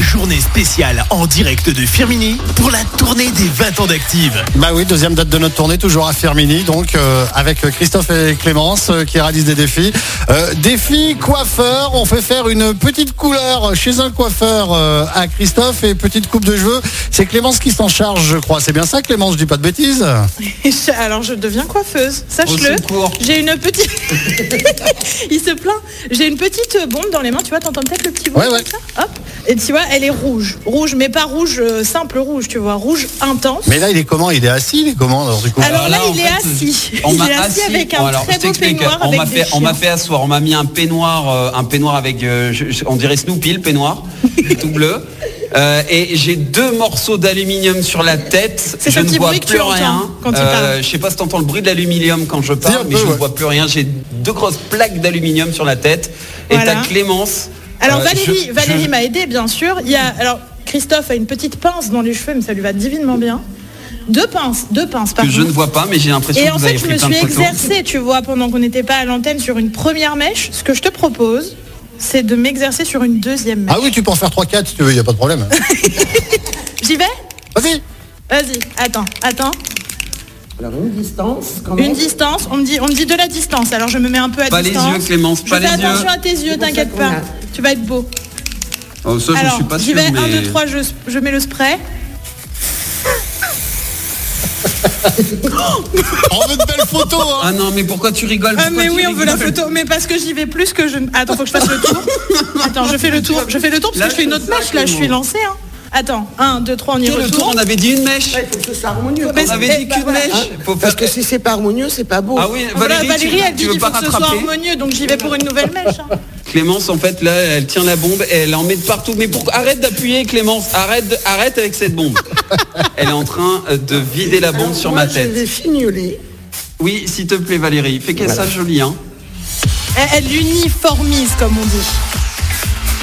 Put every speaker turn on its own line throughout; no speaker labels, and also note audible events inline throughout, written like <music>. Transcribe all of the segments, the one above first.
journée spéciale en direct de Firmini pour la tournée des 20 ans d'Active.
Bah oui, deuxième date de notre tournée, toujours à Firmini, donc euh, avec Christophe et Clémence euh, qui réalisent des défis. Euh, défi coiffeur, on fait faire une petite couleur chez un coiffeur euh, à Christophe et petite coupe de cheveux. C'est Clémence qui s'en charge, je crois. C'est bien ça, Clémence, je dis pas de bêtises.
Et je- alors je deviens coiffeuse, sache-le. J'ai une petite. <laughs> Il se plaint. J'ai une petite bombe dans les mains, tu vois, t'entends peut-être le petit bruit
Ouais, ouais.
comme ça Hop. Et tu vois, elle est rouge. Rouge, mais pas rouge euh, simple rouge, tu vois, rouge intense.
Mais là, il est comment Il est assis, il est comment alors, du coup
Alors là,
en
il est assis.
On
Il
m'a
est assis avec un
Bon, alors,
très
je
beau
t'explique.
peignoir
On
avec
m'a
des
fait, on m'a
chiens.
fait asseoir. On m'a mis un peignoir, euh, un peignoir avec, euh, je- je- on dirait Snoopy, le peignoir,
<laughs>
tout bleu. Euh, et j'ai deux morceaux d'aluminium sur la tête.
C'est
je
ce
ne
petit
vois
bruit que tu
plus
entends
rien. Euh,
quand tu parles.
je sais pas si t'entends le bruit de l'aluminium quand je
Si, un
parle, mais
peu,
je ne
ouais.
vois plus rien. J'ai deux grosses plaques d'aluminium sur la tête. Et
Voilà.
t'as Clémence.
Alors
euh,
Valérie,
je-
Valérie
je-
m'a aidé bien sûr. Il y a alors Christophe a une petite pince dans les cheveux, mais ça lui va divinement bien. Deux pinces, deux pinces par
que je ne vois pas, mais j'ai l'impression
Et
que
en
vous
fait,
avez
je
pris
me
plein de
suis
photos.
exercée, tu vois, pendant qu'on n'était pas à l'antenne sur une première mèche. Ce que je te propose, c'est de m'exercer sur une deuxième mèche.
Ah oui, tu peux en faire 3-4 si tu veux, il n'y a pas de problème.
Ah
J'y vais
Vas-y
Vas-y, attends, attends.
Alors une distance quand même.
Une distance, on me dit, on me dit de la distance, alors je me mets un peu à
Pas les
distance.
yeux, Clémence,
Je
pas
fais
les yeux.
attention à tes yeux,
C'est pour
t'inquiète
ça qu'on
pas.
a-
Tu vas être beau.
Oh, ça, je
alors,
suis pas
j'y
sûr,
vais, 1,
mais-
2, 3, je, je mets le
<laughs>
spray.
On veut de belles photos hein.
Ah non, mais pourquoi tu rigoles
Ah,
Pourquoi
mais
tu
oui, on veut la
rigoles
photo, mais parce que j'y vais plus que je... ne- Attends, faut que je fasse le
<laughs>
tour. Attends, je fais le tour, je fais le tour, parce que je fais une autre mèche, là, je suis lancée. hein. Attends, 1, 2, 3, on y
Quel le tour,
retourne.
on avait dit une mèche.
Ouais, faut que ce soit harmonieux.
Mais
quand
On
même,
avait dit
bah,
qu'une
voilà.
mèche. Faut
Hein Parce
faire-
que si c'est pas harmonieux, c'est pas beau.
Ah oui,
Ah, voilà,
Valérie, tu-
Valérie, elle
tu
dit
veux
qu'il
pas
faut que ce soit
rattraper
harmonieux, donc j'y vais pour une nouvelle mèche.
<laughs>
hein.
Clémence, en fait, là, elle tient la bombe et elle en met de partout. Mais pour... arrête d'appuyer, Clémence. Arrête, de- arrête avec
<laughs>
cette bombe. elle est en train euh, de vider la bombe
Ah,
Alors,
sur
moi,
ma tête.
Je vais fignoler.
Oui, s'il te plaît, Valérie. Fais qu'elle ça joli. Hein.
Elle, elle l'uniformise, comme on dit.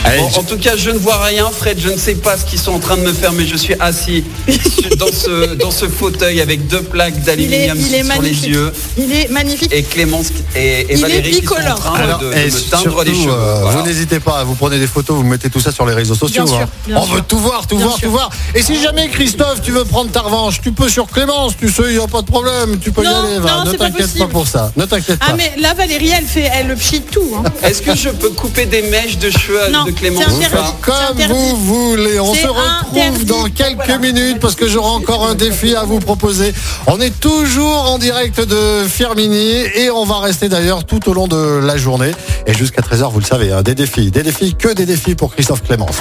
Allez,
Bon, en tout cas, je ne vois rien, Fred. Je ne sais pas ce qu'ils sont en train de me faire, mais je suis
<laughs>
assis sur- dans ce, dans ce fauteuil avec deux plaques
Il est,
d'aluminium
il est
sur les
magnifique.
yeux.
Il est magnifique.
Et Clémence et, et
Il est
Valérie qui sont en
bicolore.
train
Alors,
de, de
et
me teindre les
surtout,
cheveux.
euh,
Voilà.
Vous n'hésitez pas, vous prenez des photos, vous mettez tout ça sur les réseaux sociaux.
sûr,
hein.
bien
On
sûr.
veut tout voir, tout
Bien
voir,
sûr.
tout voir. Et si jamais, Christophe, tu veux prendre ta revanche, tu peux sur Clémence, tu sais, il n'y a pas de problème, tu peux y
Non,
aller. va.
non,
Ne
c'est pas
t'inquiète pas,
possible.
pour ça. Ne t'inquiète
Ah
pas.
mais là Valérie elle fait elle le pchit tout hein.
Est-ce que je peux couper des mèches de cheveux
Non,
de Clémence
c'est
ou pas
interdit.
Comme
C'est
vous
interdit.
voulez, on
C'est
se retrouve
interdit.
dans quelques minutes parce que j'aurai encore un défi à vous proposer. On est toujours en direct de Firmini et on va rester d'ailleurs tout au long de la journée et jusqu'à 13h, vous le savez, hein, des défis, des défis, que des défis pour Christophe Clémence.